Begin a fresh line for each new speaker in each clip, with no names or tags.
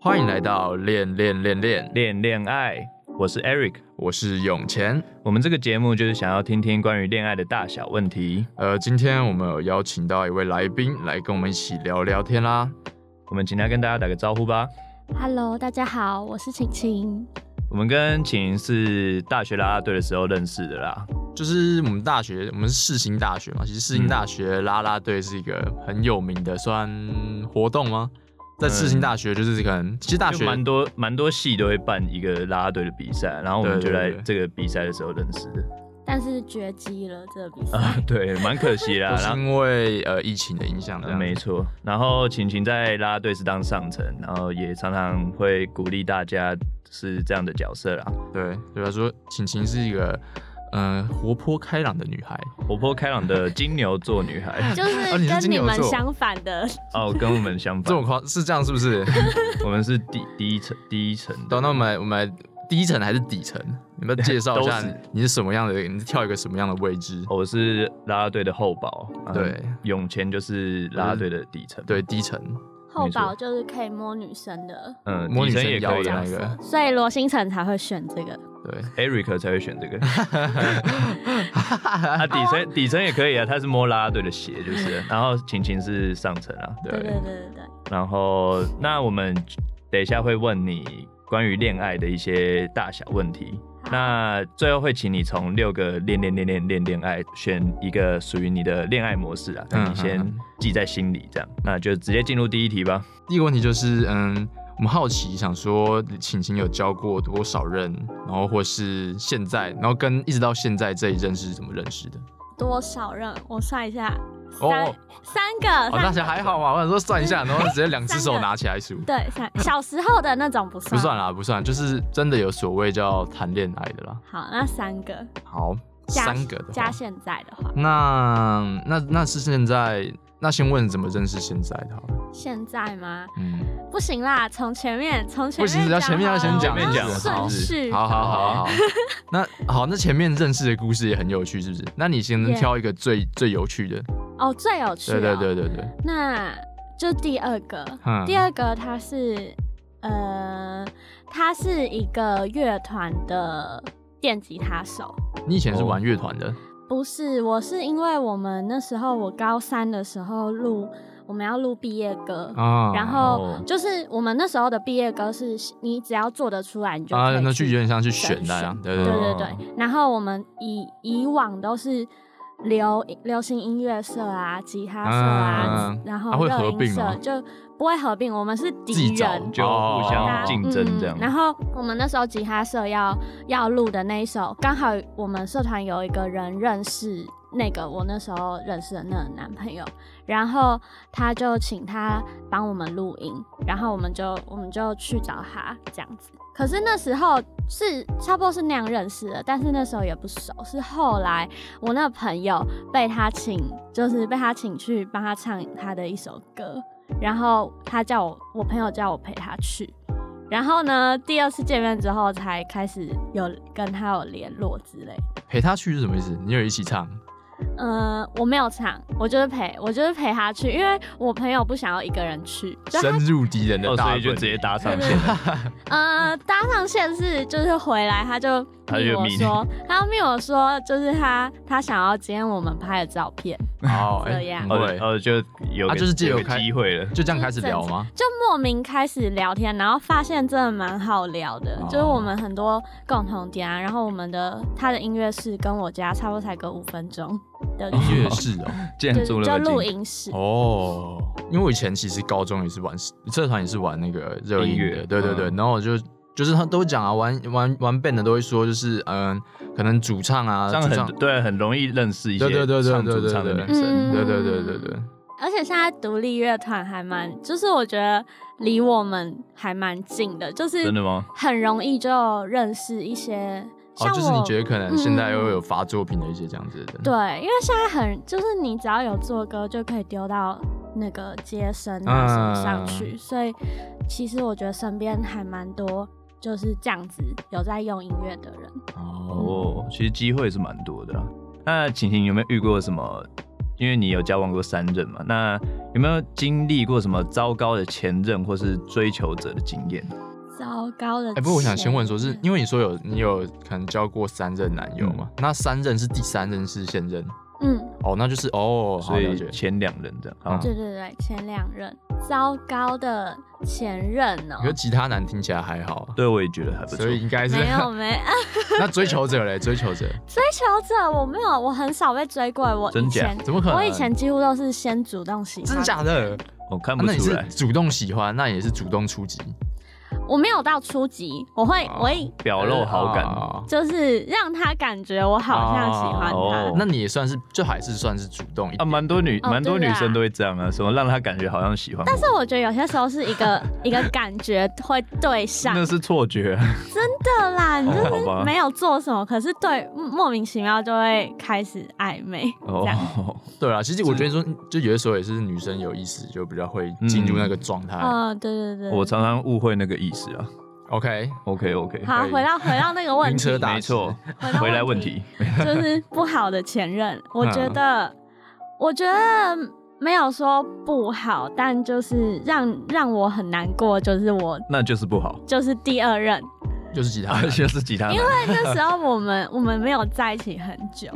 欢迎来到恋恋恋恋，
恋恋爱，我是 Eric。
我是永乾。
我们这个节目就是想要听听关于恋爱的大小问题。
呃，今天我们有邀请到一位来宾来跟我们一起聊聊天啦。
我们请他跟大家打个招呼吧。
Hello，大家好，我是晴晴。
我们跟晴是大学啦啦队的时候认识的啦，
就是我们大学，我们是世新大学嘛，其实世新大学啦啦队是一个很有名的算活动吗？在世新大学就是可能，其实大
嗯就
学
蛮多蛮多系都会办一个啦啦队的比赛，然后我们
对
就
对
在
对
这个比赛的时候认识的。
但是绝迹了这个比赛，
啊，对，蛮可惜 啦。
都是
然后
因为呃疫情的影响这
啊呃
样子。
没错，然后晴晴在啦啦队是当上层，然后也常常会鼓励大家是这样的角色啦，
对，对他说，晴晴是一个嗯、呃活泼开朗的女孩，
活泼开朗的金牛座女孩。
就是
哦你是金
跟你
牛
们
座
相反的。
哦，跟我们相
这
反
么，夸是这样是不是？
我们是第第一层，第一层的
对，那我们我们第一层还是底层？你们介绍一 下
都是
你是什么样的，你是跳一个什么样的位置？
哦我是啦啦队的后保，啊
对，
永谦就是啦啦队的底层，
对，，低层
后
没错
保就是可以摸女生的，
嗯，
摸女
底层
生
也可
腰
以
的
啊
那个，
所以罗星辰才会选这个。
对，
，Eric 才会选这个， 啊，底层底层也可以啊，他是摸啦啦队的鞋就是，然后晴晴是上层啊，
对对
对
对对对，
然后那我们等一下会问你关于恋爱的一些大小问题。那最后会请你从六个恋恋恋恋恋恋爱选一个属于你的恋爱模式啊，
嗯
那你先
嗯
记在心里，这样，那就直接进入第一题吧。
第一个问题就是，嗯，我们好奇想说，晴晴有交过多少任，然后或是现在，然后跟一直到现在这一任是怎么认识的？
多少任？我算一下，
哦
三、
哦
三个，
哦，
三
那些还好嘛，我想说算一下，然后直接两只手
三个
拿起来数，
对三小时候的那种不算。
不算啦，不算，就是真的有所谓叫谈恋爱的啦。
好，那三个
好，
加
三个的
加
话，
现在的话，
那那那是现在，那先问怎么认识现在的好了，
现在吗？
嗯。
不行啦，从前面从前
不行，
面
只要前面要先讲，
好了
前面
我
讲
顺序。
好好好好好。 那好，那前面认识的故事也很有趣，是不是？那你先
Yeah
挑一个最最有趣的。
哦，最有趣、哦。
对对对对对，
那就第二个，
嗯
第二个他是呃，他是一个乐团的电吉他手。
你以前是玩乐团的，
不是，我是因为我们那时候我高三的时候录，我们要录毕业歌，
啊
然
哦
后就是我们那时候的毕业歌是你只要做得出来，你就
啊
可，以
那就有点像去选
选
那样，对
对
对对。嗯
对对，然后我们以以往都是流流行音乐社啊、吉他社啊，
嗯
然
啊
后
会
热
合
音
并
社、
吗
就不会合并，我们是
自己
敌
找
人。
就互相竞争这样。
哦嗯然后我们那时候吉他社要要录的那一首，刚好我们社团有一个人认识那个我那时候认识的那个男朋友，然后他就请他帮我们录音，然后我们就我们就去找他这样子。可是那时候是差不多是那样认识的，但是那时候也不熟，是后来我那个朋友被他请，就是被他请去帮他唱他的一首歌，然后他叫我，我朋友叫我陪他去，然后呢，第二次见面之后才开始有跟他有联络之类。
陪他去是什么意思？你有一起唱？
嗯，我没有唱，我就是陪，我就是陪他去，因为我朋友不想要一个人去，就他
深入敌人的
哦，
大
所
本
以
营，
就直接搭上线了。
呃搭上线是就是回来他就
他
密
就
我
密你
说，他密我说就是他他想要今天我们拍的照片，
好，哎
这样
很会
哦，哦，就有
啊
个
就是借由
有个
开
机会了。
就这样开始聊吗？
就莫名开始聊天，然后发现真的蛮好聊的，
哦
就是我们很多共同点啊，然后我们的他的音乐室跟我家差不多才隔五分钟的距离
音乐室哦，
建
对，
筑
就
那
录
么近，
音室。
哦，因为我以前其实高中也是玩社团，也是玩那个热音
音
乐，
乐
对对对。
嗯
然后我就就是他都讲啊，玩玩玩 band 的都会说，就是嗯，可能主唱啊，
这
主
样
唱
很，对，很容易认识一些
对对对对
唱
对
主
对
唱的
对
女生。
嗯
对对对对对，
而且现在独立乐团还蛮，就是我觉得离我们还蛮近的，就是
真的吗？
很容易就认识一些
哦
像，我。
就是你觉得可能现在
嗯
又有发作品的一些这样子的人，
对，因为现在很就是你只要有做歌就可以丢到那个接生啊什么上去，所以其实我觉得身边还蛮多就是这样子有在用音乐的人。
哦，
哦，其实机会是蛮多的啊。那晴晴有没有遇过什么因为你有交往过三任嘛，那有没有经历过什么糟糕的前任或是追求者的经验？
糟糕的。
哎、不过我想先问说
嗯
是，因为你说有你有可能交过三任男友
嗯
嘛？那三任是第三任是现任
嗯，
哦，那就是哦，好
所
了
以
解。
前两任这样，
啊
好，
对对对，前两任糟糕的前任哦、
我觉得吉他男听起来还好啊，
对我也觉得还不错
所。以应该是
没有 没
那追求者嘞，追求者
追求者，我没有，我很少被追过。我
真
以
假
前
怎么可能？
我以前几乎都是先主动喜欢，
真假的、啊
我哦看不
那你
出
是
来，
主动喜欢，那也是主动出击，
我没有到初级，我会我会
表露好感。
哦
就是让他感觉我好像喜欢他。
哦
那你也算是，就还是算是主动一
啊，
点。
蛮多女
哦
蛮多女
对啊
生都会这样啊，什么让她感觉好像喜欢我，但
但是我觉得有些时候是一 个一个感觉会对上
那是错觉啊。
的啦，你就
哦好吧
是嗯没有做什么，可是对莫名其妙就会开始暧昧这样。
哦，
对啊，其实我觉得说，就有的时候也是女生有意思，就比较会进入那个状态。
嗯，对对对，
哦我常常误会那个意思啊。
OK，
OK OK，
好
可以，
回到回到那个问
晕
题，
车打
没错，
到
回来问题，嗯
就是不好的前 任，我觉得，我觉得没有说不好，但就是让让我很难过，就是我
那就是 不好，
就是第二任，
就是吉他
啊，
男。
就是吉他男
因为 那时候我们我们没有在一起很久，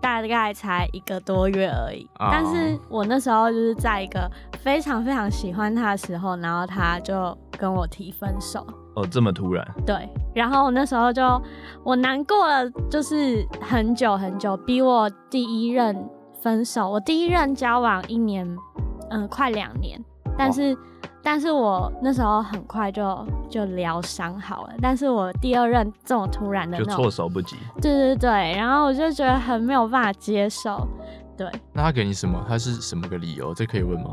大概才一个多月而已。
哦
但是我那时候就是在一个非常非常喜欢他的时候，然后他就跟我提分手。
哦这么突然，
对，然后我那时候就我难过了，就是很久很久，比我第一任分手，我第一任交往一年，嗯、快两年，但是、但是我那时候很快就就疗伤好了，但是我第二任这么突然的
就
那
措
种，
手不及。
对对对，然后我就觉得很没有办法接受，对，
那他给你什么？他是什么个理由？这可以问 吗？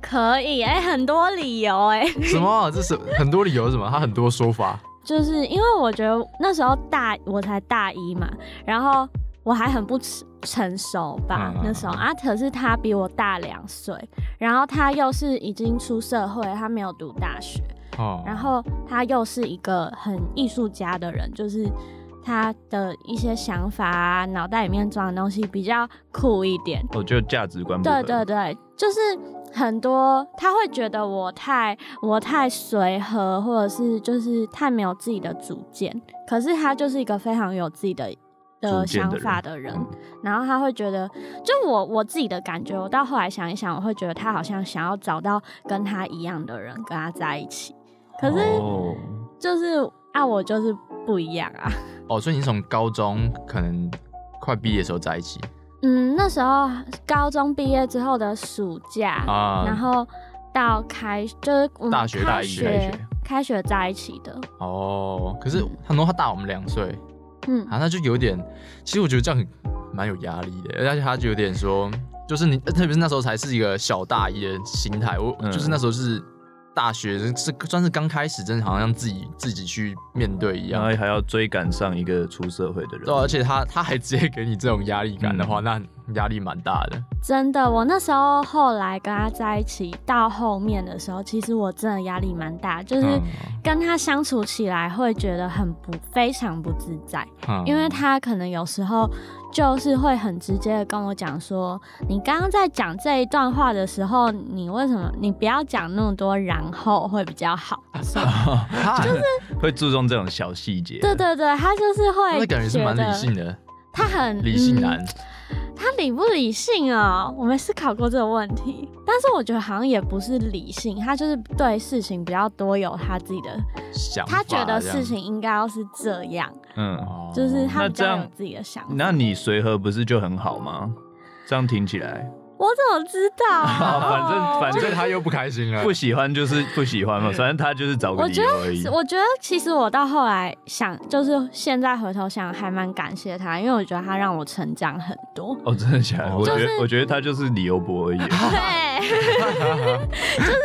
可以，哎、很多理由、哎。
什么？啊这是很多理由是什么？他很多说法。
就是因为我觉得那时候大我才大一嘛，然后我还很不成成熟吧，
嗯嗯
那时候
嗯
啊，可是他比我大两岁，然后他又是已经出社会，他没有读大学，
哦，
然后他又是一个很艺术家的人，就是他的一些想法啊，脑袋里面装的东西比较酷一点，
哦，就价值观不
对
合
对对，就是很多他会觉得我太我太随和，或者是就是太没有自己的主见。可是他就是一个非常有自己的
主见
的
的
想
人
法的人，
嗯
然后他会觉得，就我我自己的感觉，我到后来想一想，我会觉得他好像想要找到跟他一样的人跟他在一起，可是
哦，
就是、啊，我就是不一样啊。
哦，所以你从高中可能快毕业的时候在一起
嗯，那时候高中毕业之后的暑假，
啊？
然后到开就是我们
大学大
开
一
学
开学
开学在一起的，
哦，可是他说他大我们两岁
嗯，
啊，那就有点，其实我觉得这样很蛮有压力的，而且他就有点说，就是你，特别是那时候才是一个小大一的心态，我、
嗯
就是那时候是大学是算是刚开始，真的好像自己自己去面对一
然
样
后。还要追赶上一个出社会的人
对，，啊而且他他还直接给你这种压力感的话，那压力蛮大的。
真的，我那时候后来跟他在一起到后面的时候，其实我真的压力蛮大，
嗯
就是跟他相处起来会觉得很不非常不自在，
嗯
因为他可能有时候就是会很直接的跟我讲说，你刚刚在讲这一段话的时候，你为什么你不要讲那么多然后会比较好，
就是
会注重这种小细节。
对对对，他就是会
那感觉是蛮
觉
理
得
性的，
他很
理性
嗯
男。
他理不理性啊、我没思考过这个问题，但是我觉得好像也不是理性，他就是对事情比较多有他自己的，
想法
他觉得
这样哦
事情应该要是这样，
嗯，
就是他
那
比
这样
较有自己的想法。
那你随和不是就很好吗？这样听起来，
我怎么知道、
啊 反正
啊？
反
反正
正
他又不开心了。
不喜欢就是不喜欢嘛，反正他就是找个
我
理
觉
由而已。
我觉得其实我到后来想，就是现在回头想，还蛮感谢他，因为我觉得他让我成长很多。
哦，真的假的？
哦
我觉
就
得
是
我觉得他就是理由博而已。
对， 就是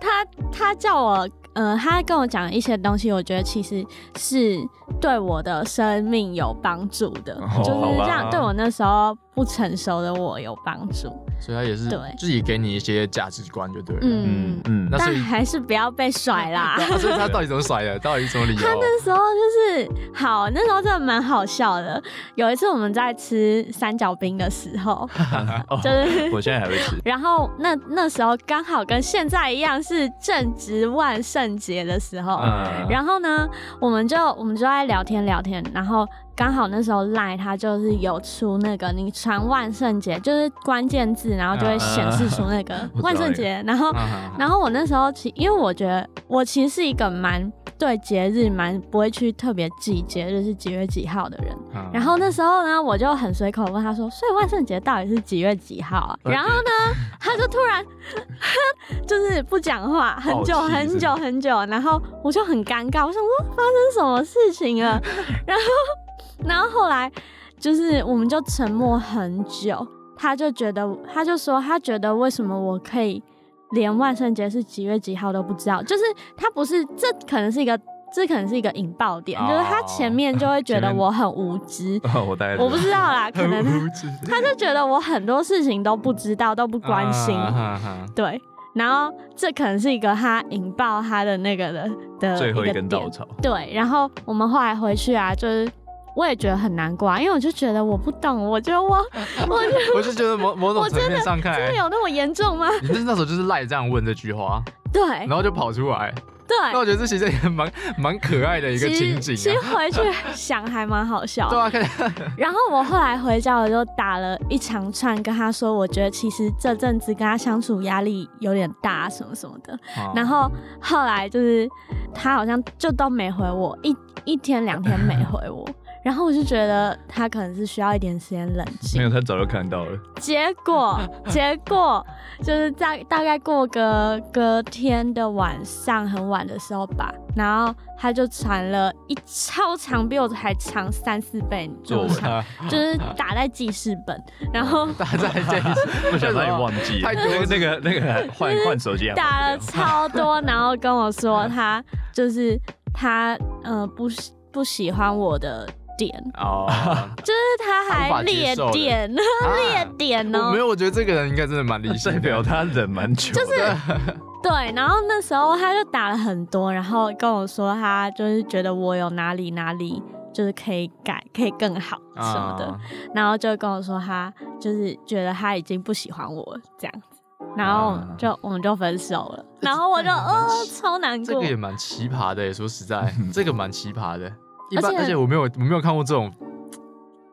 他他叫我，呃，他跟我讲一些东西，我觉得其实是对我的生命有帮助的，
哦
就是
好吧
让对我那时候不成熟的我有帮助。
所以他也是
对
自己给你一些价值观就对了。
嗯，
嗯
那所
但
以
还是不要被甩啦。
啊 所以他到底怎么甩的？到底是什么理由？
那时候就是好，那时候真的蛮好笑的。有一次我们在吃三角冰的时候，
哦
就是
我现在还会吃。
然后那那时候刚好跟现在一样是正值万圣节的时候，
嗯
然后呢，我们就我们就在聊天聊天，然后刚好那时候赖他就是有出那个你传万圣节就是关键字，然后就会显示出那个
啊我知道啊
万圣节，然后
嗯
然后我那时候其因为我觉得我其实是一个蛮对节日蛮不会去特别记节日是几月几号的人，
嗯
然后那时候呢，我就很随口问他说：“所以万圣节到底是几月几号啊？”
Okay
然后呢，他就突然就是不讲话，很久
暴气
很久
是
很久，然后我就很尴尬，我想说发生什么事情 了？然后，然后后来就是我们就沉默很久，他就觉得，他就说他觉得为什么我可以连万圣节是几月几号都不知道，就是他不是这可能是一个。这可能是一个引爆点
哦
就是他前面就会觉
哦
得
前面
我很无知，
哦，我大概知道
我不知道啦，可能他
无知
他就觉得我很多事情都不知道，都不关心，
啊哈哈
对。然后这可能是一个他引爆他的那个的的
最后一根
个点
稻草。
对，然后我们后来回去啊，就是我也觉得很难过啊，因为我就觉得我不懂，我觉得我我觉得
我是觉得某某种
我真
层
的
面上看
真的
来，
有那么严重吗？
你就是那时候就是赖这样问这句话，
对
然后就跑出来。那
对，
我觉得这其实也蛮蛮可爱的一个
其
情
实
景
其实
啊。
回去想还蛮好笑的
对。啊， 看起来
然后我后来回家，我就打了一长串跟他说，我觉得其实这阵子跟他相处压力有点大，什么什么的。
哦
然后后来就是他好像就都没回我，一一天两天没回我。然后我就觉得他可能是需要一点时间冷
没
静。
有，他早就看到了。
结果 结果就是在大概过个隔天的晚上很晚的时候吧，然后他就传了一超长，比我还长三四倍那
作
么
文
长。 就是打在记事本，
嗯
然后
大家在
不想让你忘记，
太多
那个那个那个还换换手机还啊
打
换
了
不了
超多，然后跟我说他就是他呃不喜不喜欢我的点，
哦，
就是他还列
无法接啊
点 列点
我
哦
没、有，我觉得这个人应该真的蛮理
代
性
表
的。
他忍蛮久的，就是
对，然后那时候他就打了很多，然后跟我说他就是觉得我有哪里哪里就是可以改，可以更好什么的，
啊
然后就跟我说他就是觉得他已经不喜欢我了这样子，然后
啊
就、我们就分手了，然后我就
这个也蛮
哦
奇
超难
这
过
个，也蛮奇葩的耶，说实在，这个蛮奇葩的。一
而
般，
且
而且我没有，我没有看过这种，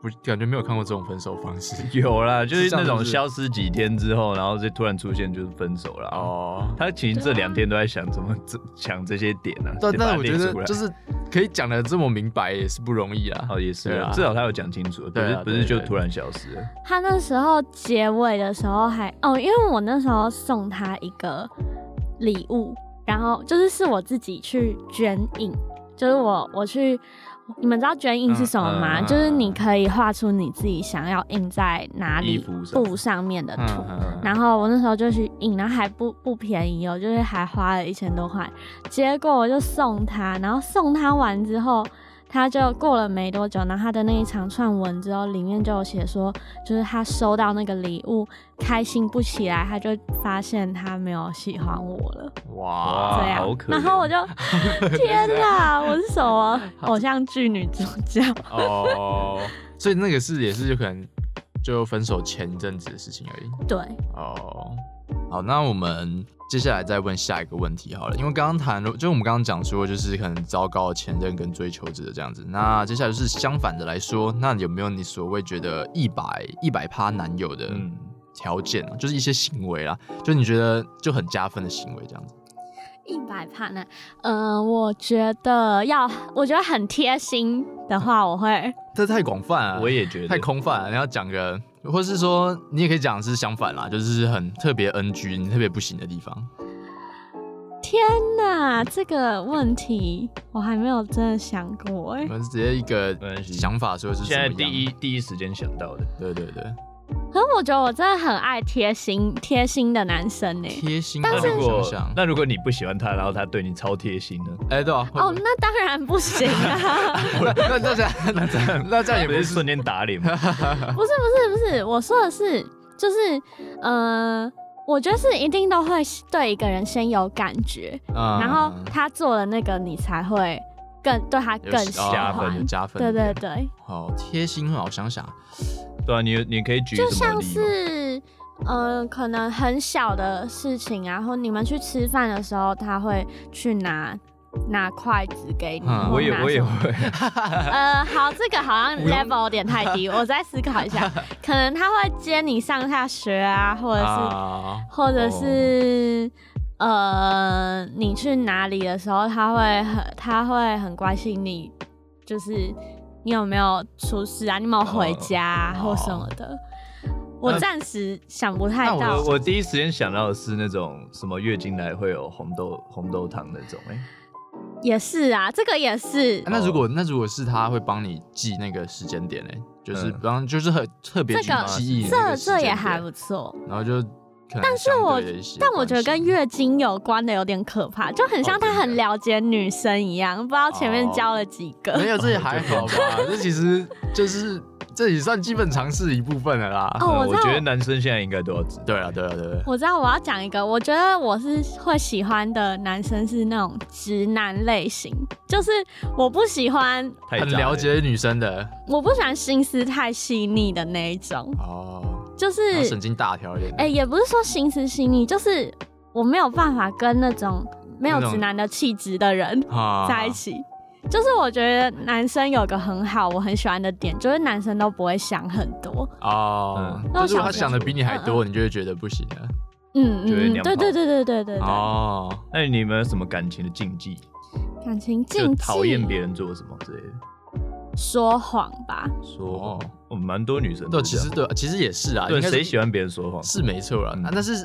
不感觉没有看过这种分手方式。
有啦，就是是
这样
那
是
种
不是
消失几天之后，然后就突然出现就是分手了哦。
哦，
他其实这两天都在想怎么这想这些点啊，
但
先把它
但我
列
觉得
出来
就是可以讲的这么明白也是不容易啊。
哦也是
对啊
啊，至少他有讲清楚，不
对
是
啊
不是
对
就
对
突然消失了，
他那时候结尾的时候还哦，因为我那时候送他一个礼物，然后就是是我自己去卷印，就是我我去，你们知道卷印是什么吗？
嗯嗯嗯
就是你可以画出你自己想要印在哪
衣
里
服上
布上面的图。
嗯
然后我那时候就去印，然后还不不便宜哦，就是还花了一千多块。结果我就送他，然后送他完之后，他就过了没多久，然后他的那一长串文之后，里面就有写说，就是他收到那个礼物，开心不起来，他就发现他没有喜欢我了，
哇，
这
啊
样。
好可怜
然 后我就天哪，我是什么偶像剧女主 角？
哦，所以那个是也是有可能就分手前一阵子的事情而已。
对，
哦，好，那我们接下来再问下一个问题好了，因为刚刚谈就我们刚刚讲说，就是可能糟糕的前任跟追求者这样子。那接下来就是相反的来说，那有没有你所谓觉得一百一百趴男友的
嗯
条件、啊，就是一些行为啦，就你觉得就很加分的行为这样子？
一百帕呢？嗯，我觉得要，我觉得很贴心的话，我会
这太广泛了，
我也觉得
太空泛了。啊你要讲个，或是说你也可以讲是相反啦，就是很特别 NG，你特别不行的地方。
天哪，这个问题我还没有真的想过
嗯
哎、
我们直接一个
没关系
想法说是
现在第
怎么样
一第一时间想到的，
对对对，
可是我觉得我真的很爱贴心贴心的男生呢、欸
贴心。
但
那
是
如
我想
果
想，
那如果你不喜欢他，然后他对你超贴心呢？
哎，对啊，会
哦，那当然不行啊！
那 那那这样那这样那这样也
不
不
是
是
瞬间打脸 吗？
不是不是不是，我说的是就是，呃，我觉得是一定都会对一个人先有感觉，
嗯
然后他做了那个，你才会更对他
有
更喜
哦
加分
欢。
加分，
对对，对，
好贴心哦，我想想，
对啊，你你可以举
就
什么
像
例吗？
是，呃，可能很小的事情啊，或你们去吃饭的时候，他会去拿拿筷子给你。
嗯
或
我也
拿
我也
什么
会，
呃，好，这个好像
不用
level 有点太低，我再思考一下， 可能他会接你上下学啊，或者是、
啊，
或者是、呃，你去哪里的时候，他会很他会很关心你，就是你有没有出事啊，你有没有回家、啊
哦
或什么的。我
那
暂时想不太
那我
到，
我第一时间想到的是那种什么月经来会有红豆红豆汤那种、欸，
也是啊，这个也是，
那如果那如果是他会帮你记那个时间点嘞，就是
嗯
帮就是很特别
这
去
个
记忆那
这
个时
这
间
也
点
还不错。
然后就可能
但是
相
我
对的一些
但我觉得
关
跟
系哦
月经有关的有点可怕，就很像他很了解女生一样，不知道前面教了几 个。
没有，这也还好 吧，这其实就是这也算基本常识一部分了啦。
哦
呃
我
我
知道
觉得男生现在应该都要知道。
对啊，对啊，对啊，
我知道我要讲一个，我觉得我是会喜欢的男生是那种直男类型，就是我不喜欢，
太
很
渣
了
了
解女生的
我不喜欢心思太细腻的那一种，
哦，
就
然后
是
神经大条一点的。
哎、也不是说心思细腻，就是我没有办法跟那种没有
那种
直男的气质的人
啊
在一起。就是我觉得男生有个很好我很喜欢的点，就是男生都不会想很多。
哦
嗯，
那我
就如果他
想说
想的比你还多，你就会觉得不行了。
嗯
就会
嗯嗯，
娘
对对
炮
对对对对对。
哦，
那你们有什么感情的禁忌？
感情
就
禁忌，
讨厌别人做什么之类的？
说谎吧。
说
哦
谎，我们蛮多女生
对，
都
其
这
实
样。
对，其实也是啊，
啊对
应该是
谁喜欢别人说谎？
是没错啦。
嗯
啊但是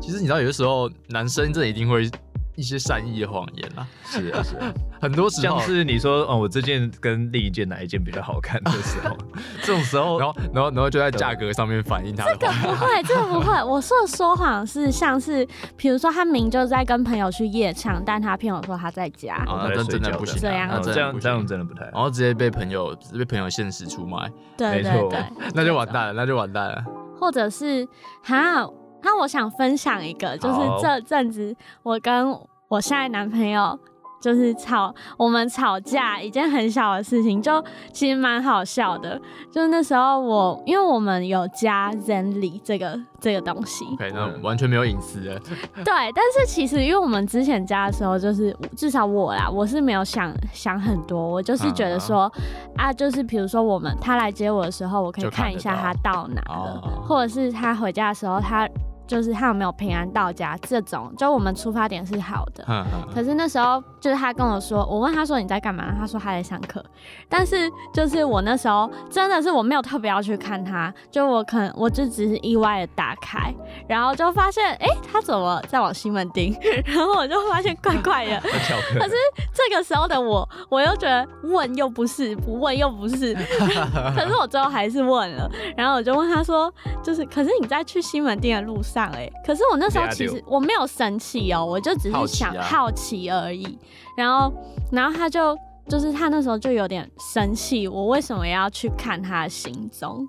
其实你知道，有的时候男生真的一定会一些善意的谎言啦，
是啊是啊，
很多时
像
候，
是你说哦，我这件跟另一件哪一件比较好看的时 候，这种时候
然后然后然后就在价格上面反映他的
这
谎
个不会，这个不会。我说的说谎是像是，比如说他明就在跟朋友去夜场，但他骗我说他在家。
哦
我
那
在
真
睡
真的
觉
不
的
行
这
啊，
样
那
哦
真的
这样
不
这
行哦
样真的不太
然
好。
后直接被朋友被朋友限时出卖，
对
没
对
错
对，
那就完蛋了，那就完蛋了。
或者是哈，那我想分享一个，就是
好
这阵子我跟我现在男朋友就是吵，我们吵架一件很小的事情，就其实蛮好笑的。就是那时候我，因为我们有加 Zenly 这个这个东西，
OK，那
嗯
完全没有隐私 了。
对，但是其实因为我们之前加的时候，就是嗯至少我啦，我是没有想想很多，我就是觉得说啊就是比如说我们他来接我的时候，我可以
就看
看
得
一下他到哪了，
哦
或者是他回家的时候，他就是他有没有平安到家这种，就我们出发点是好的。
哼哼
可是那时候就是他跟我说，我问他说你在干嘛，他说他在上课。但是就是我那时候真的是我没有特别要去看他，就我可能我就只是意外的打开，然后就发现哎、诶他怎么在往西门町？ 然后我就发现怪怪的。
巧克力，
这个时候的我，我又觉得问又不是，不问又不 是，可是我最后还是问了。然后我就问他说，就是可是你在去西门町的路上哎、欸可是我那时候其
对
实我没有生气哦、我就只是想
啊好奇啊
好奇而已。然后，然后他就就是他那时候就有点生气，我为什么要去看他的行踪？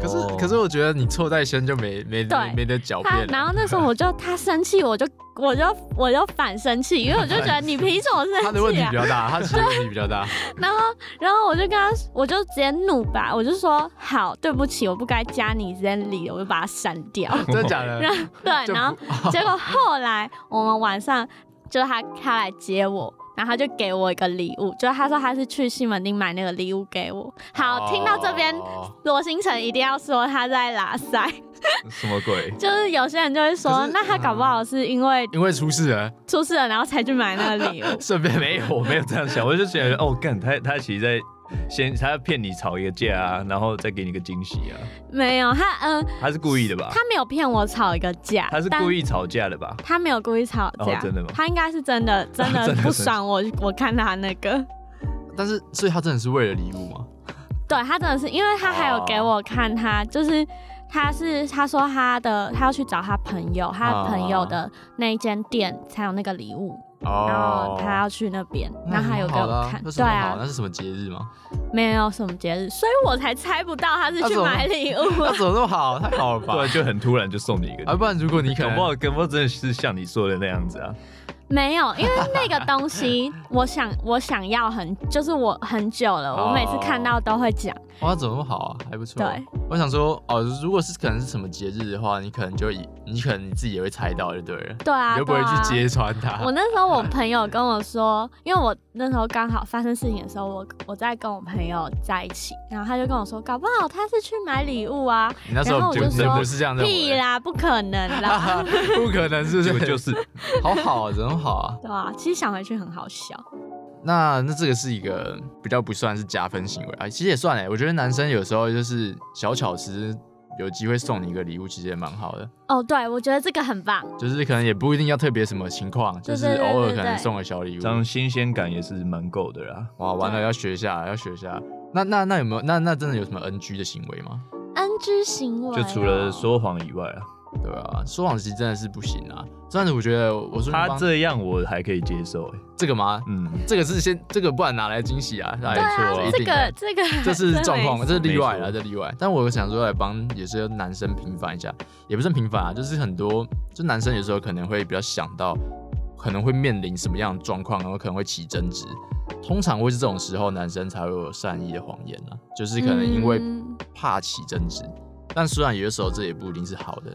可是
哦
可是我觉得你错在先就没没没
对
没得狡
他
辩
然
了。
后那时候我就他生气，我就我就我就反生气，因为我就觉得你凭什么生气、啊？
他的问题比较大，他其实问题比较大。
然后，然后我就跟他，我就直接怒吧，我就说好，对不起，我不该加你 Zenly，我就把它删掉。
真的假的？
然后对，
啊就
然后结果后来我们晚上就是他他来接我，然后他就给我一个礼物，就是他说他是去西门町买那个礼物给我。 好，听到这边，
哦
罗星辰一定要说他在拉塞，
什么鬼？
就是有些人就会
可
说
是，
那他搞不好是因为
因为出事了，
出事了，然后才去买那个 礼物。
顺便
没有，我没有 这样想，我就觉得哦，干他他其实在先他骗你吵一个架啊，然后再给你一个惊喜啊，
没有，他嗯、
他是故意的吧？
他没有骗我吵一个架，
他是
但
故意吵架的吧？
他没有故意吵架，
哦真的吗
他应该是真的
哦
真 的
真的
不爽我，我看他那个，
但是所以他真的是为了礼物吗？
对他真的是，因为他还有给我看他，就是他是他说他的他要去找他朋友，
啊
他朋友的那一间店才有那个礼物，然后
哦，
他要去那边，
那
然后他
很
有给
好啦
我看，
那什
对
么好
啊
那，是什么节日吗？
没有什么节日，所以我才猜不到他是
那
去
怎么
买礼物。
那怎么那么好？太好了吧？
对，就很突然就送你一 个
啊，，不然如果你可
搞
能
不好搞不好真的是像你说的那样子啊，
没有，因为那个东西，我想我想要很，就是我很久了，
哦
我每次看到都会讲。
哇，怎么那么好啊？还不错。
对，
我想说，哦，如果是可能是什么节日的话，你可能就以你可能你自己也会猜到就对了，
对啊，
你就不会
对啊
去揭穿它。
我那时候我朋友跟我说，因为我那时候刚好发生事情的时候，我我在跟我朋友在一起，然后他就跟我说，搞不好他是去买礼物啊，
你那时
然后
候
我
就
就
真
说
不是这样认
屁
为，
啦，不可能啦，
不可能是不
结
是？
果就是
好好，人好啊。
对啊，其实想回去很好笑，
那那这个是一个比较不算是加分行为啊，其实也算哎。我觉得男生有时候就是小巧思，有机会送你一个礼物，其实也蛮好的。
哦，对，我觉得这个很棒，
就是可能也不一定要特别什么情况，就
对
是
对对
偶尔
对
可能
对
送个小礼物
这。样新鲜感也是蛮够的啦。
哇，完了要学一下，要学一下。那那那有没有那那真的有什么 NG 的行为吗？
，NG 行为哦、
就除了说谎以外啊，
对啊，说谎其实真的是不行啊。虽然我觉得我说
他这样我还可以接受、欸，
啊这个吗？
嗯，
这个是先这个不然拿来惊喜啊，那也
对
错、
啊
一，
这
定的
个这个
这是
真
状况，
没
这是例外
没
啦，
错
这例外。但我想说来帮也是男生平反一下，也不是平反啊，就是很多就男生有时候可能会比较想到，可能会面临什么样的状况，然后可能会起争执。通常会是这种时候，男生才会有善意的谎言啊，就是可能因为
嗯
怕起争执。但虽然有的时候这也不一定是好的。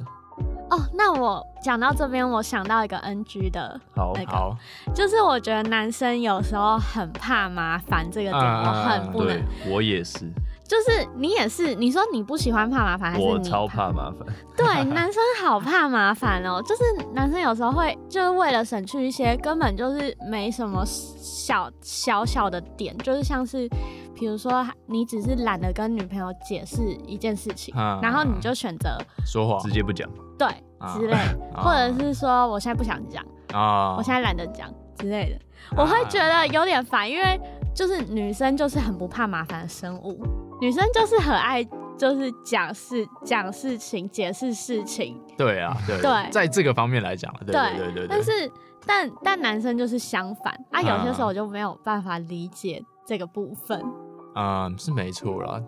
哦，那我讲到这边，我想到一个 NG 的，
好
那个
好，
就是我觉得男生有时候很怕麻烦这个点，
啊
我很不能
对。我也是，
就是你也是，你说你不喜欢怕麻烦，还是
我
你
超怕麻烦，
对，男生好怕麻烦 哦。就是男生有时候会，就是为了省去一些根本就是没什么小小小的点，就是像是，比如说你只是懒得跟女朋友解释一件事情，
啊
然后你就选择
说谎
直接不讲，
对
啊
之类，
啊
或者是说我现在不想讲，
啊，
我现在懒得讲之类的，我会觉得有点烦，因为就是女生就是很不怕麻烦的生物，女生就是很爱就是讲事讲事情解释事情，
对啊，对
对
在这个方面来讲，对对对对对，
但是但但男生就是相反啊，有些
啊
时候我就没有办法理解这个部分，
嗯，是没错啦。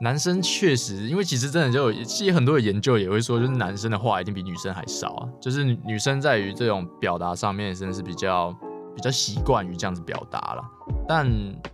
男生确实，因为其实真的就有，其实很多的研究也会说，就是男生的话一定比女生还少啊。就是女女生在于这种表达上面，真的是比较比较习惯于这样子表达了。但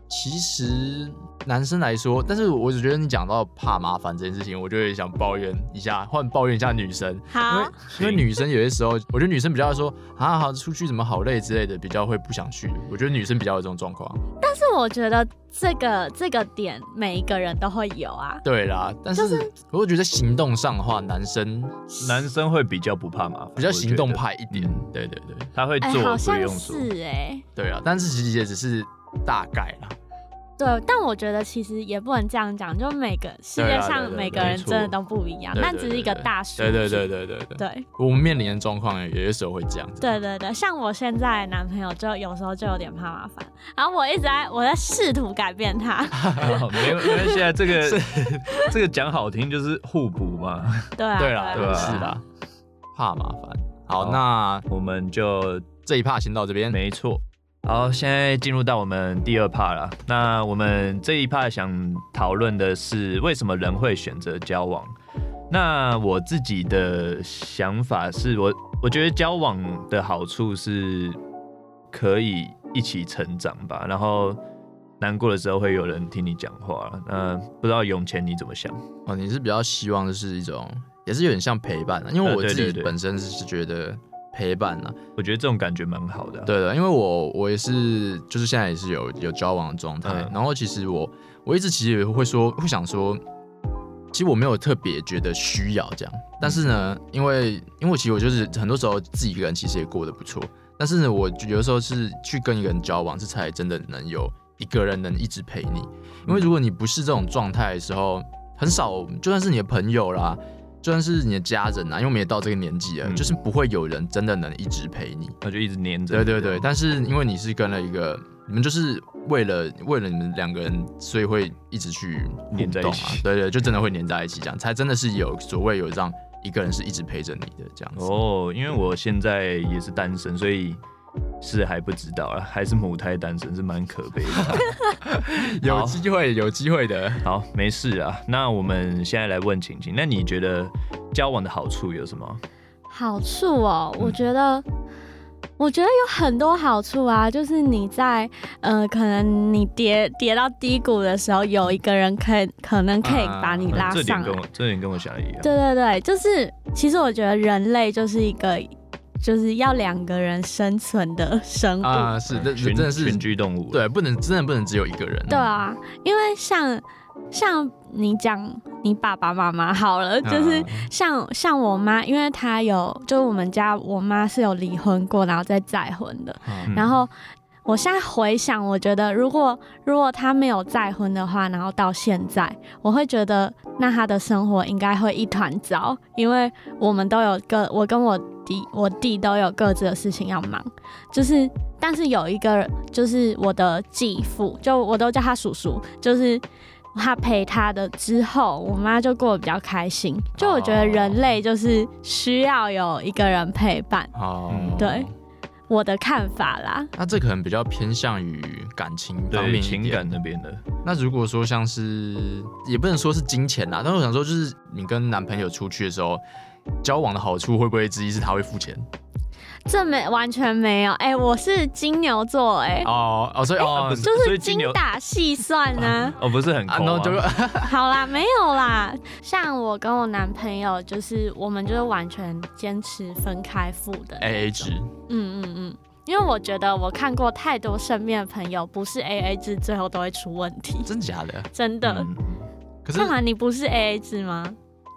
其实男生来说，但是我只觉得你讲到怕麻烦这件事情，我就会想抱怨一下，换抱怨一下女生。因为
好。
因为女生有些时候，我觉得女生比较说啊，好出去怎么好累之类的，比较会不想去。我觉得女生比较有这种状况。
但是我觉得这个这个点每一个人都会有啊，
对啦，但是我会觉得行动上的话，男生
男生会比较不怕麻烦，
比较
我觉
行动
得，
派一点
嗯。
对对对
他会
哎、
做
好
不
像
用做，
是哎、
对啊，但是其实也只是大概啦。
对，但我觉得其实也不能这样讲，就每个世
对
界
啊对
上
对
每
对
个人
没错
真的都不一样，
对
那
对
只是一个大数据。
对对对对对对。
对
我们面临的状况有些时候会这样子。
对啊对对像我现在男朋友就有时候就有点怕麻烦，然后我一直在我在试图改 变他，
哦 没有，因为现在这个这个讲好听就是互补嘛，
对啊
对
啊
啦，
对啊
啦是啦，怕麻烦。好，
好
那
我们就
这一趴先到这边。
没错。好，现在进入到我们第二 part 了。那我们这一 part 想讨论的是为什么人会选择交往。那我自己的想法是我我觉得交往的好处是可以一起成长吧，然后难过的时候会有人听你讲话。那不知道永谦你怎么想？
哦，你是比较希望就是一种，也是有点像陪伴啊，因为
呃
我
对
自
对
己
对
本身是觉得陪伴啊，
我觉得这种感觉蛮好的啊、
对的，因为我我也是，就是现在也是有有交往的状态。
嗯
然后其实我我一直其实也会说，会想说，其实我没有特别觉得需要这样。但是呢，
嗯
因为因为我其实我就是很多时候自己一个人其实也过得不错。但是呢，我有的时候是去跟一个人交往，是才真的能有一个人能一直陪你。因为
嗯
如果你不是这种状态的时候，很少，就算是你的朋友啦，就算是你的家人啊啦，因为我们也到这个年纪了，
嗯
就是不会有人真的能一直陪你。
我就一直黏着
对
你。
对对，但是因为你是跟了一个你们就是为了为了你们两个人，所以会一直去互
黏在一
动啊
起
对对，就真的会黏在一起，这样才真的是有所谓有让一个人是一直陪着你的这样子。
哦，因为我现在也是单身，所以是还不知道啦，还是母胎单身是蛮可 悲的。
有
好
机会，有机会的。
好，没事啊。那我们现在来问晴晴，那你觉得交往的好处有什么？
好处哦，
嗯
我觉得，我觉得有很多好处啊，就是你在呃，可能你跌跌到低谷的时候，有一个人可以可能可以
啊
把你拉
呃这点
上来
跟。我这点跟我想的一样。
对对对，就是其实我觉得人类就是一个就是要两个人生存的生物。
啊、是，这这
群
真的是
群居动物。
对，不能真的不能只有一个人。
对啊，因为像像你讲你爸爸妈妈好了，
嗯，
就是像像我妈，因为她有，就是我们家我妈是有离婚过，然后再再婚的。
嗯，
然后我现在回想，我觉得如果如果她没有再婚的话，然后到现在，我会觉得那她的生活应该会一团糟，因为我们都有各，我跟我弟我弟都有各自的事情要忙，就是。但是有一个就是我的继父，就我都叫他叔叔，就是他陪他的之后，我妈就过得比较开心。就我觉得人类就是需要有一个人陪伴，
哦、
嗯
对我的看法啦。
那这可能比较偏向于感情方面
对
一
情
点
感那边的，
那如果说像是也不能说是金钱啦，但我想说就是你跟男朋友出去的时候，交往的好处会不会之一是他会付钱？
这没完全没有，哎、我是金牛座、哎、
哦哦，所以哦。
不是
就
所以
是
金
精
牛
打细算呢、
哦，不是很
啊
抠
，no，
吗？
就
好啦，没有啦。像我跟我男朋友，就是我们就是完全坚持分开付的那
A A
种
制，
嗯嗯嗯，因为我觉得我看过太多身边的朋友，不是 A A 制，最后都会出问题，
真假的？
真的。
嗯
可是
干嘛？你不是 A A 制吗？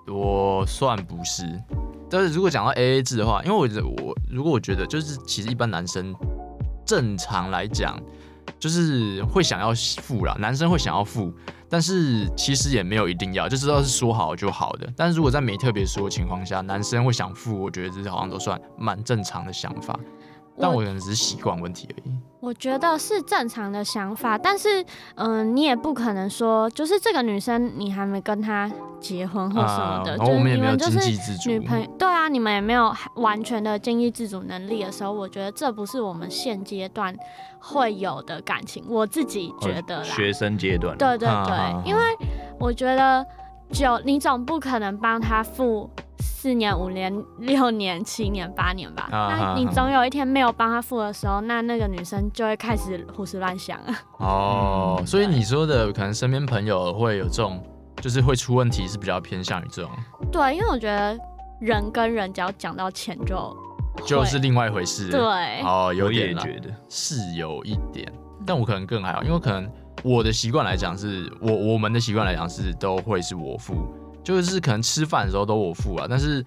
我算不是，但是如果讲到 A A 制的话，因为我觉得我如果我觉得就是其实一般男生正常来讲就是会想要付啦，男生会想要付，但是其实也没有一定要，就知道是说好就好的。但是如果在没特别说的情况下，男生会想付，我觉得这是好像都算蛮正常的想法。但我
我
可能只是习惯问题而已。
我觉得是正常的想法，但是嗯、你也不可能说，就是这个女生你还没跟她结婚或什么的，
啊然
就
后我
是
们也
你
没有
们就
经济
是
自主，
女朋友，对啊，你们也没有完全的经济自主能力的时候，我觉得这不是我们现阶段会有的感情，我自己觉得啦。
哦学生阶段，
对对
啊
对，
啊
因为我觉得就你总不可能帮他付四年、五年、六年、七年、八年吧？
啊啊
那你
啊
总有一天没有帮他付的时候，那那个女生就会开始胡思乱想啊。
哦，
嗯
所以你说的可能身边朋友会有这种，就是会出问题，是比较偏向于这种，
对，因为我觉得人跟人只要讲到钱就
就是另外一回事。
对，
哦，有
我也
点啦，
觉得，
是有一点，但我可能更还好，因为可能我的习惯来讲是，我我们的习惯来讲是都会是我付，就是可能吃饭的时候都我付啊，但是。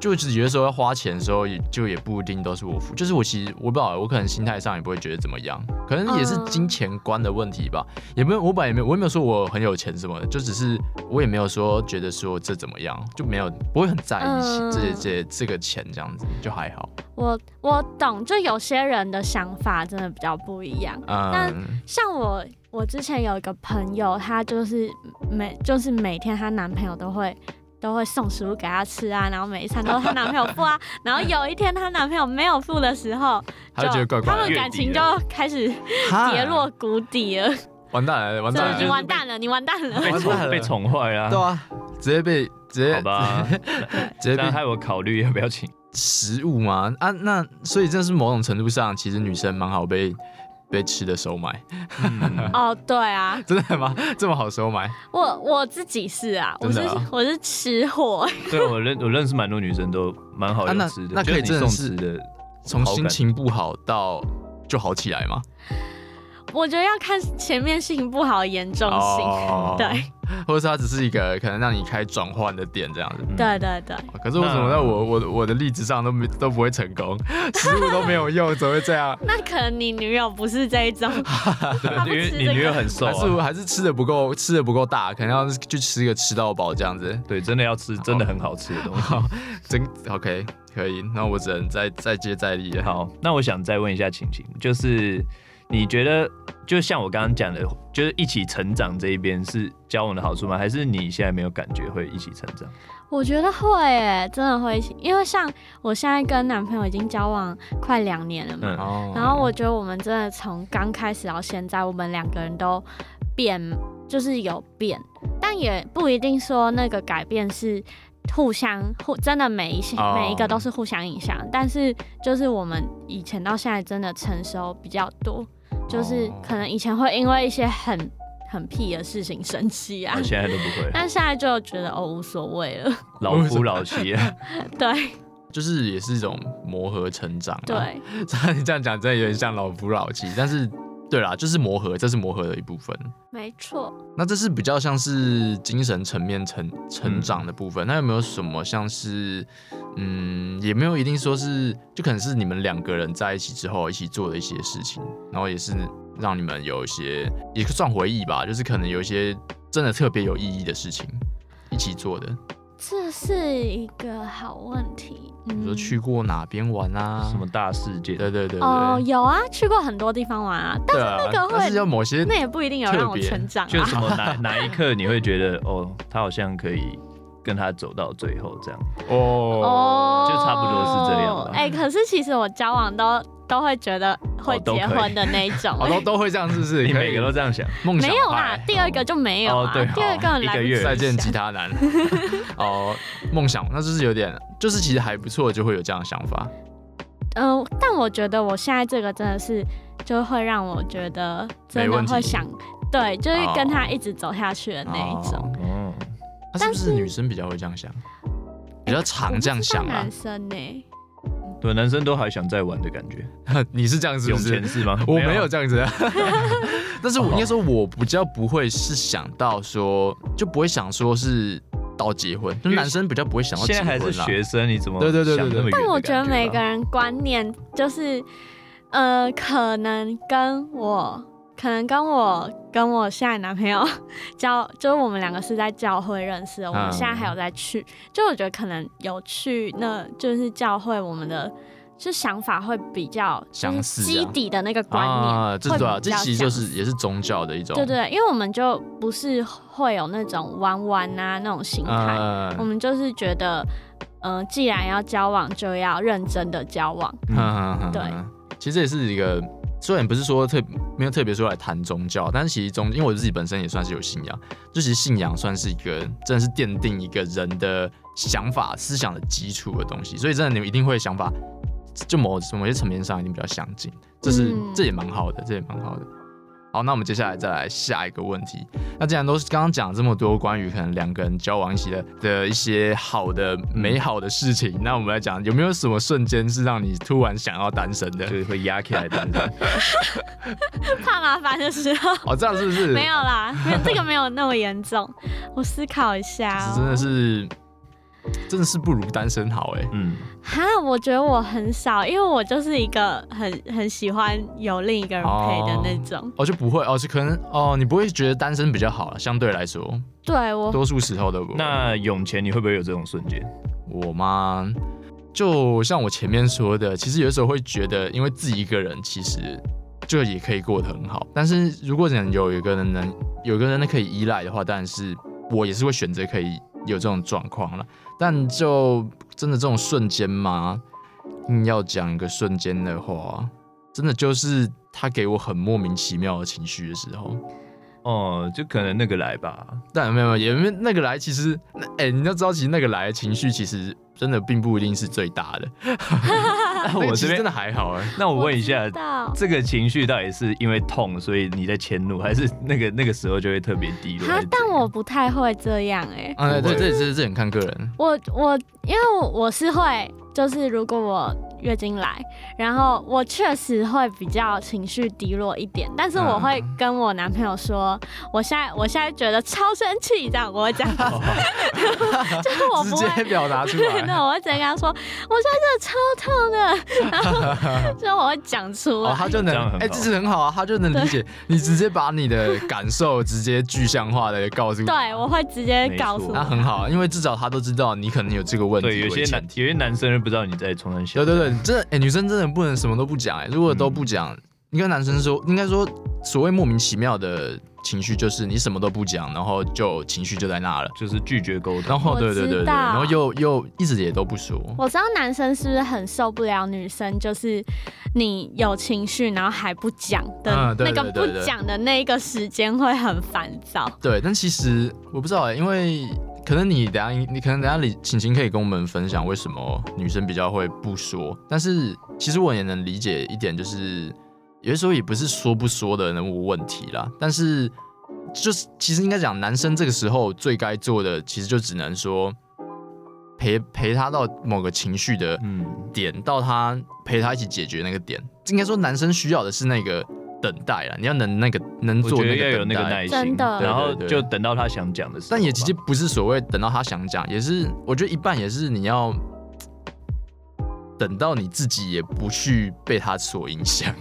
就是有的时候要花钱的时候，也就也不一定都是我付。就是我其实我不知道，我可能心态上也不会觉得怎么样，可能也是
嗯
金钱观的问题吧。也没有，我本来也没有，我也没有说我很有钱什么的，就只是我也没有说觉得说这怎么样，就没有不会很在意
嗯
这这这个钱这样子，就还好。
我我懂，就有些人的想法真的比较不一样。
嗯，
像我，我之前有一个朋友，她就是每就是每天她男朋友都会都会送食物给她吃啊，然后每一餐都是她男朋友付 啊，然后有一天她男朋友没有付的时候，
他就觉得怪怪
他
的
们感情
越底
就
了
开始
哈
跌落谷底了，
完蛋了，完
真
蛋
的
了，
就
你
是
完蛋了，你完蛋 了。
被
完蛋
宠
了
被宠坏啊
对，啊，直接被直接
好 吧，
直接
这样
被
害我考虑要不要请。
食物嘛啊，那所以这是某种程度上，其实女生蛮好被被吃的收买，
嗯
哦，对啊，
真的吗？这么好收买？
我我自己是啊，我
真
是
的啊
我是吃货，
对我认我认识蛮多女生都蛮好
啊那
用吃的，
那可以
就
真
是你
的
送
是
吃的，
从
好
心
感
情不好到就好起来嘛？
我觉得要看前面事情不好的严重性，
哦
对，
或者是它只是一个可能让你开转换的点这样子。
嗯
对对对。
可是为什么在我我的我的例子上都没都不会成功， 食物都没有用，怎么会这 样？
那可能你女友不是这一种，她不
因为
吃
你
这
女友
个。
很瘦
还是
啊，
还是吃的不够吃的不够大，可能要去吃一个吃到饱这样子。
对，真的要吃，真的很好吃的东西。
好，真 OK，可以。那我只能再再接再厉了。
好，那我想再问一下晴晴，就是你觉得就像我刚刚讲的，就是一起成长这一边是交往的好处吗？还是你现在没有感觉会一起成长？
我觉得会诶，真的会一起，因为像我现在跟男朋友已经交往快两年了嘛，
嗯
哦
然后我觉得我们真的从刚开始到现在，我们两个人都变，就是有变，但也不一定说那个改变是互相互真的每一些、
哦
每一个都是互相影响，但是就是我们以前到现在真的成熟比较多，就是
哦
可能以前会因为一些很很屁的事情生气啊
我。现在都不会，
但现在就觉得哦无所谓了，
老夫老妻。啊
对
就是也是一种磨合成长、啊。，
对，
你这样讲真的有点像老夫老妻，但是对啦，就是磨合，这是磨合的一部分。
没错。
那这是比较像是精神层面成
嗯
成长的部分。那有没有什么像是，嗯，也没有一定说是，就可能是你们两个人在一起之后一起做的一些事情，然后也是让你们有一些也算回忆吧，就是可能有一些真的特别有意义的事情一起做的，
这是一个好问题。
比如说
嗯
去过哪边玩啊，
什么大世界？
对对对对，
哦，有啊，去过很多地方玩啊，但
对啊，
那个会
但是要某些
那也不一定有让我成长
就
啊。
什么哪哪一刻你会觉得哦，他好像可以跟他走到最后这样？
哦
哦
就差不多是这样吧
哎、可是其实我交往都都会觉得会
哦都可以
结婚的那一种、
哦，都都会这样，是不是？
你
可以
每个都这样想？
梦想
没有啦
派，
第二个就没有啊，
哦对
第二个
好
很来不
一个
及
月
再见吉
想
他 男。哦，梦想，那就是有点，就是其实还不错，就会有这样的想法。
嗯、但我觉得我现在这个真的是，就会让我觉得真
没
的
问题
会想，对，就是跟他
哦
一直走下去的那一种。
哦，
哦，
那是不是女生比较会这样想？比较常这样想
我不知道
啊
男？生欸
对，
呢、
男生都还想再玩的感觉，
你是这样是
有
不
钱
是？
是吗？啊
我没有，这样子，啊 但是我应该说，我比较不会是想到说，就不会想说是到结婚，就
因为
男生比较不会想到
现
结
在
婚啦。
还是学生，你怎么
对对对对
想那
对
么远的
但我觉得
感啊
每个人观念就是，呃，可能跟我，可能跟我跟我现在男朋友 教，就是我们两个是在教会认识的，我们
嗯
现在还有在去，就我觉得可能有去，那就是教会我们的。就想法会比较就是
相似啊
基底的那个观念，
啊，这
会
对啊，
比
这
较
其实就
相
是
似
也是宗教的一种，
对对，对因为我们就不是会有那种玩玩啊那种心态，
嗯
我们就是觉得，嗯、既然要交往，就要认真的交往。
嗯嗯
对，
嗯其实这也是一个，虽然不是说特没有特别说来谈宗教，但是其实宗，因为我自己本身也算是有信仰，就其实信仰算是一个真的是奠定一个人的想法、思想的基础的东西，所以真的你们一定会想法，就某某些层面上一定比较相近，这是、
嗯
这也蛮好的，这也蛮好的。好，那我们接下来再来下一个问题。那既然都是刚刚讲了这么多关于可能两个人交往一起的的一些好的、美好的事情，那我们来讲有没有什么瞬间是让你突然想要单身的？
就是会压起来的 那种。
怕麻烦的时候
哦，这样是不是？
没有啦，没有这个没有那么严重。我思考一下、
是
哦，
真的是，真的是不如单身好哎、
嗯，
哈，我觉得我很少，因为我就是一个很很喜欢有另一个人陪的那种。
哦，就不会哦，就可能哦，你不会觉得单身比较好了，啊相对来说，
对我，
多数时候都不会。
那永前你会不会有这种瞬间？
我吗？就像我前面说的，其实有时候会觉得，因为自己一个人，其实就也可以过得很好。但是如果能有一个人能有一个人可以依赖的话，当然是我也是会选择可以有这种状况了。但就真的这种瞬间吗？硬要讲一个瞬间的话，真的就是他给我很莫名其妙的情绪的时候。
哦，就可能那个来吧。
但没有没有，也没有那个来，其实那哎、你要知道，其实那个来的情绪其实真的并不一定是最大的。
那
那
我
个其
这
实
边
真的，还好哎、
那我问一下
啊知，道
这个情绪到底是因为痛，所以你在迁怒，还是那个那个时候就会特别低落？还
哈
是，
啊但我不太会这样哎、
啊，
不
对，
会
这这这很看个人。
我我因为我我是会，就是如果我月经来，然后我确实会比较情绪低落一点，但是我会跟我男朋友说，我现在我现在觉得超生气，这样我会这样， 就是我不
直
会。
接表达 出
对
来。
的，我会直接跟他说，我现在真的 超痛的，然后就我会讲出来。
哦，他就
这样
能
很
哎，
好
这是很好啊，他就能理 解你，直接把你的感受直接具象化的告诉，
对，我会直接告
没
诉
错
那
他。
很好，啊因为至少他都知道你可能有这个问题
对，有
为
些男
前提。
有些男生不知道你在冲山笑
欸对。对对，真的哎，女生真的不能什么都不讲哎，如果都不讲，应该男生说，应该说所谓莫名其妙的情绪，就是你什么都不讲，然后就情绪就在那了，
就是拒绝沟通。
然后
我
对对对对，
知道
然后又又一直也都不说，
我知道男生是不是很受不了女生，就是你有情绪然后还不讲的
嗯对
那个
对
不
对对
讲的那一个时间会很烦 躁。
对，但其实我不知道哎、因为可能你等下你可能等下李晴晴可以跟我们分享为什么女生比较会不说，但是其实我也能理解一点，就是有些时候也不是说不说的人物问题啦，但是就是其实应该讲男生这个时候最该做的，其实就只能说陪陪他到某个情绪的
嗯，
点到他陪他一起解决那个点，应该说男生需要的是那个等待啦，你要能那个能
我
做
觉得
那
要
个
有
等
那个
待
耐。心，
真的
然后
对对对
就等到他想讲的时候吧。
但也其实不是所谓等到他想讲，也是我觉得一半也是你要嘖等到你自己也不去被他所影响，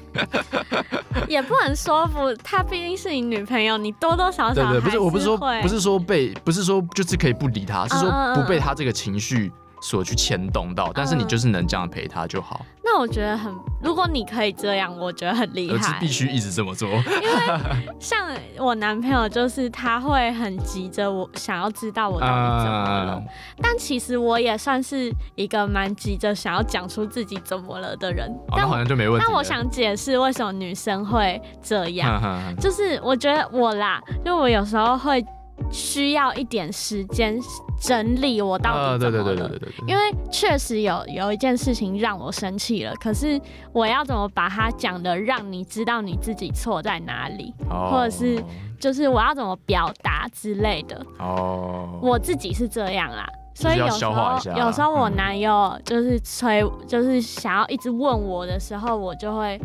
也不能说服她，毕竟是你女朋友，你多多少
对
少
对，不
还
是我不是说
会
不是说被不是说就是可以不理他，是
嗯嗯
说
嗯
不被他这个情绪所去牵动到，但是你就是能这样陪他就好，
那我觉得很，如果你可以这样，我觉得很厉
而是
害
必。须一直这么做。
像我男朋友就是他会很急着我想要知道我到底怎么了，
嗯
但其实我也算是一个蛮急着想要讲出自己怎么了的人。
哦，
但
那好像就没问题了。
但我想解释为什么女生会这 样，
哼，哼哼
就是我觉得我啦，就我有时候会需要一点时间整理我到
啊，
底
对
怎么
对对
了。
对对对对，
因为确实有有一件事情让我生气了，可是我要怎么把它讲的让你知道你自己错在哪里，
哦
或者是就是我要怎么表达之类的，
哦，
我自己是这样啦。
就
所
是
以
要
有时
消化
候
一下，
有时候我
嗯
男友就是催，就是想要一直问我的时候，我就会，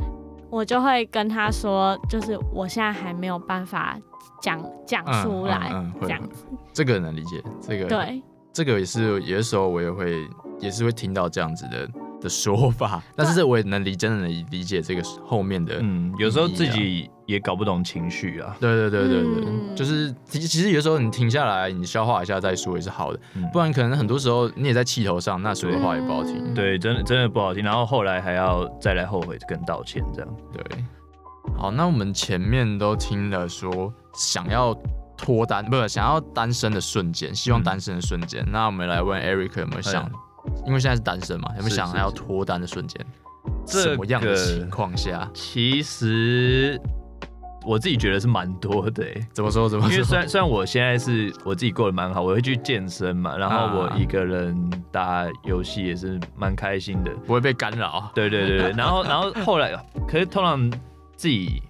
我就会跟他说，就是我现在还没有办法讲讲
嗯
出来，
嗯嗯会
这样
会
子，
这个能理解，这个
对，
这个也是有的时候我也会也是会听到这样子的的说法，但是这我也能理真的能理解这个后面的，
嗯，有时候自己也搞不懂情绪啊，
对对对对对，
嗯
就是其其实有时候你停下来，你消化一下再说也是好的，
嗯
不然可能很多时候你也在气头上，那说的话也不好听。
嗯
对，真的真的不好听，然后后来还要再来后悔跟道歉这样。
对，好，那我们前面都听了说想要脱单，不是想要单身的瞬间，希望
嗯
单身的瞬间。那我们来问 Eric 有没有想
哎，
因为现在是单身嘛，有没有
是
想
是
要
是
脱单的瞬间？
这
什么样的
个
情况下？
其实我自己觉得是蛮多的、欸，
怎么说？怎么
因为虽
说？
然虽然我现在是我自己过得蛮好，我会去健身嘛，然后我
啊
一个人打游戏也是蛮开心的。
不会被干扰。啊
对对 对对，然后然后后来，可是通常自己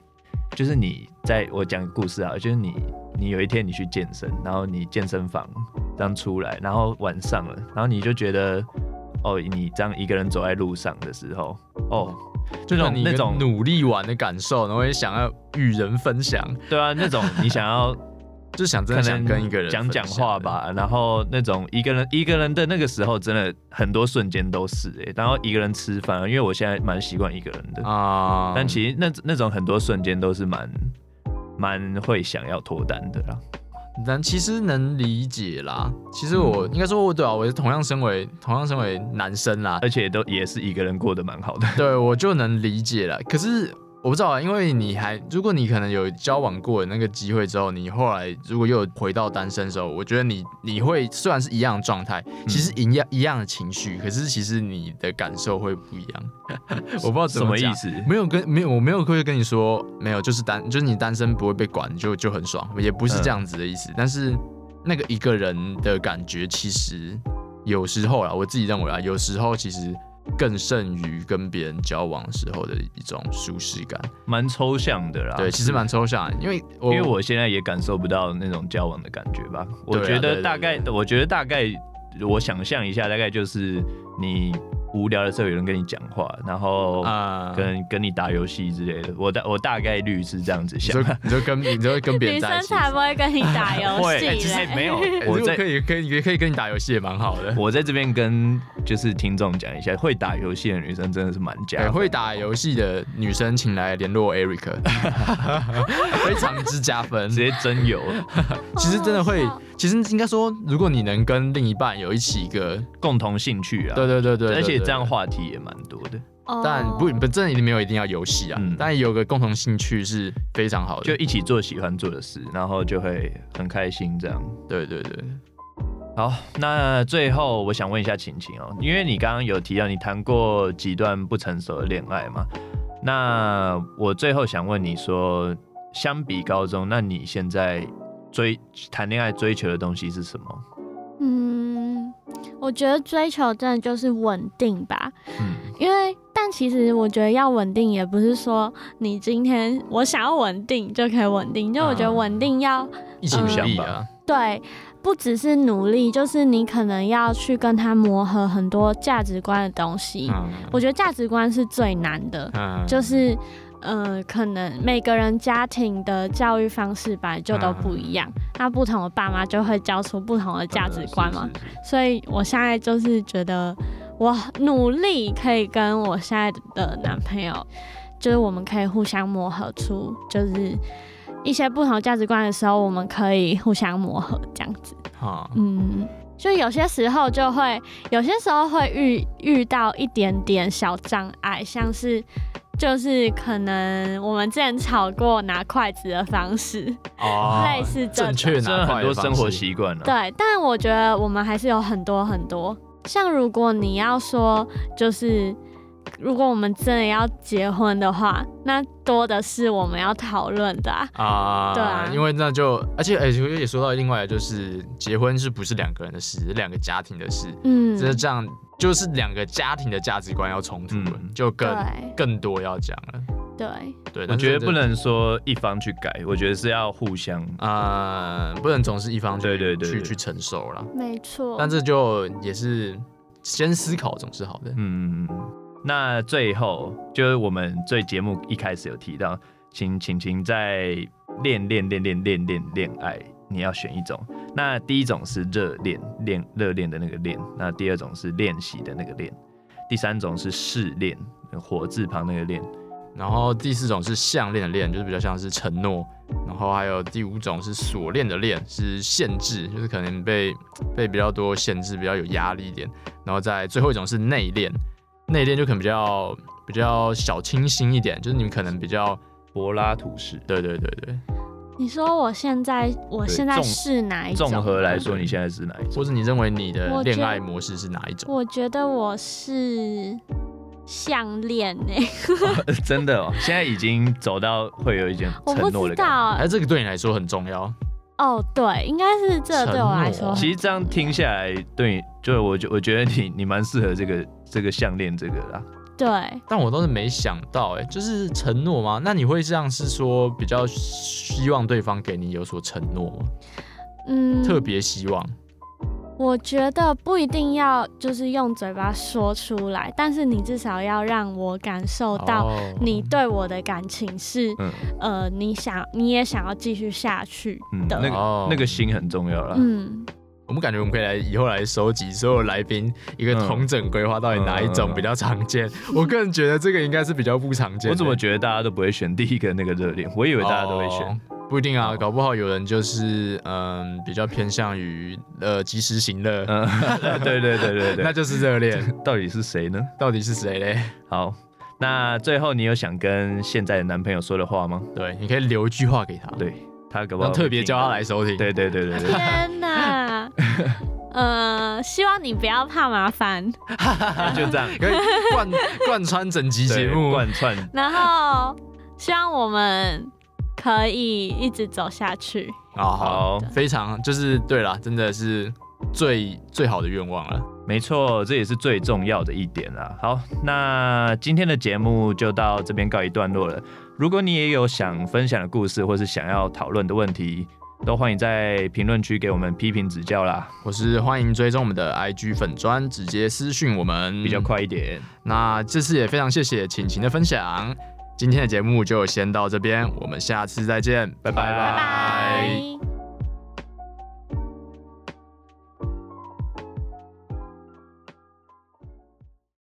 就是你在我讲个故事啊，就是你你有一天你去健身，然后你健身房这样出来，然后晚上了，然后你就觉得哦，你这样一个人走在路上的时候，哦，
就是
那种
你
那种
努力玩的感受，然后也想要与人分享，
对啊，那种你想要
就是想 真
可
的
能
想跟一个人
讲
分
讲
享
话
的。
吧，然后那种一个人一个人的那个时候，真的很多瞬间都是哎、欸然后一个人吃饭，啊因为我现在蛮习惯一个人的，
啊、
但其实那那种很多瞬间都是蛮蛮会想要脱单的啦。
但其实能理解啦。其实我、
嗯
应该说，我对啊，我是同样身为同样身为男生啦，
而且都也是一个人过得蛮好的，
对我就能理解了。可是我不知道啊，因为你还如果你可能有交往过的那个机会之后，你后来如果又回到单身的时候，我觉得你你会虽然是一样的状态，其实一
嗯
样一样的情绪，可是其实你的感受会不一样。 我不知道 怎
什么
讲
意思？
没有跟没有，我没有会跟你说没有，就是单就是你单身不会被管，就就很爽，也不是
嗯
这样子的意思。但是那个一个人的感觉，其实有时候啦，我自己认为啊，有时候其实更胜于跟别人交往时候的一种舒适感。
蛮抽象的啦。
对，其实蛮抽象的，因为我
啊因为我现在也感受不到那种交往的感觉吧。我
对啊
觉
对
得
对
大概，我觉得大概，我想象一下，大概就是你无聊的时候有人跟你讲话，然后
啊。
跟跟你打游戏之类的。我大我大概率是这样子
你
想
就。你就跟你就会跟别
女
人在
生
一起，
才不会跟你打游戏
哎其实
嘞。
没 有
哎，
我
如果
在
可以可以可以跟你打游戏也蛮好 的。
我在这边跟就是听众讲一下，会打游戏的女生真的是蛮假
对，
的。
会打游戏的女生请来联络 Eric，非常之加分
直。接真有，
其实真的会
哦好好笑，
其实应该说，如果你能跟另一半有一起一个，
共同兴趣啊。
对对对对，对
而且
对
这样话题也蛮多的，
哦
但不不，这里没有一定要游戏啊，
嗯
但有个共同兴趣是非常好的。
就一起做喜欢做的事，然后就会很开心这样。
对对对，
嗯
好，那最后我想问一下晴晴哦，因为你刚刚有提到你谈过几段不成熟的恋爱嘛，那我最后想问你说，相比高中，那你现在追谈恋爱追求的东西是什么？
嗯，我觉得追求真的就是稳定吧，
嗯，
因为但其实我觉得要稳定也不是说你今天我想要稳定就可以稳定，就我觉得
嗯
稳定要、
一起努力啊，
对，不只是努力，就是你可能要去跟他磨合很多价值观的东西。
啊
嗯，
我觉得价值观是最难的，
嗯
就是呃，可能每个人家庭的教育方式本来就
啊
都不一样，那不同的爸妈就会教出不同的价值观嘛。
呃是？是是
所以我现在就是觉得，我努力可以跟我现在的男朋友，就是我们可以互相磨合出，就是一些不同价值观的时候，我们可以互相磨合这样子。
好，
嗯，就有些时候就会，有些时候会遇遇到一点点小障碍，像是。就是可能我们之前吵过拿筷子的方式，
哦
类似这种
正确
真的
拿
很
块
多
的方式
生活习惯啊了。
对，啊但我觉得我们还是有很多很多。像如果你要说，就是如果我们真的要结婚的话，那多的是我们要讨论的、啊。
啊，
对啊
因为那就而且而且也说到另外就是结婚是不是两个人的事，是两个家庭的事，
嗯，
就是这样，就是两个家庭的价值观要冲突了，
嗯
就更
对
更多要讲了。
对，
对，
我
但是
觉得
这
不能说一方去改，我觉得是要互相。
呃，不能总是一方去
对对对对
去去承受啦。
没错。
但这就也是先思考总是好的。
嗯，那最后就是我们最节目一开始有提到，请请请在恋恋恋恋恋恋恋爱，你要选一种。那第一种是热恋恋热恋的那个恋，那第二种是练习的那个练，第三种是试恋火字旁那个恋。
然后第四种是项链的链，就是比较像是承诺。然后还有第五种是锁链的链，是限制，就是可能被被比较多限制，比较有压力一点。然后在最后一种是内链，内链就可能比较比较小清新一点，就是你们可能比较
柏拉图式。
对对对对，
你说我现在，我
对
现在
综
是哪一种？
综合来说，你现在是哪一
或
种？
者你认为你的
我觉
恋爱模式是哪一种？
我觉得我是项链呢、
真的哦，现在已经走到会有一点
我
承
不
诺的感觉。
知道
哎，这个对你来说很重要。
哦，对，应该是这对我来
承
说
诺
很，
其实这样听下来，对你，就我觉我觉得你你蛮适合这个这个项链这个啦。
对，
但我倒是没想到、哎，就是承诺吗？那你会这样是说比较希望对方给你有所承诺吗？
嗯，
特别希望。
我觉得不一定要就是用嘴巴说出来，但是你至少要让我感受到
哦
你对我的感情是，
嗯
呃，你想你也想要继续下去
嗯，
的。
那个、
哦
那个心很重要啦。
嗯，
我们感觉我们可以来以后来收集所有来宾一个
嗯
同整规划，到底哪一
嗯嗯
种
嗯
比较常见？我个人觉得这个应该是比较不常见的。
我怎么觉得大家都不会选第一个那个热恋？我以为大家都会选。
哦不一定啊，
哦
搞不好有人就是嗯比较偏向于呃及时行乐，
嗯， 对对对对对，
那就是热恋，
到底是谁呢？
到底是谁嘞？
好，那最后你有想跟现在的男朋友说的话吗？
对，你可以留一句话给他，
对他搞不好
让
会
哦特别
听
叫他。来收听。
对对对对 对，
天 哪，呃，希望你不要怕麻烦，
就这样。
可以贯 贯穿整集节
对
目。
贯穿，
然后希望我们可以一直走下去。
啊，
好
好，非常就是对啦，真的是最最好的愿望了。
没错，这也是最重要的一点啦。好，那今天的节目就到这边告一段落了。如果你也有想分享的故事，或是想要讨论的问题，都欢迎在评论区给我们批评指教啦，
我是欢迎追踪我们的 IG 粉砖，直接私讯我们
比较。快一点。
那这次也非常谢谢晴晴的分享，今天的节目就先到这边，我们下次再见，
拜拜
拜拜。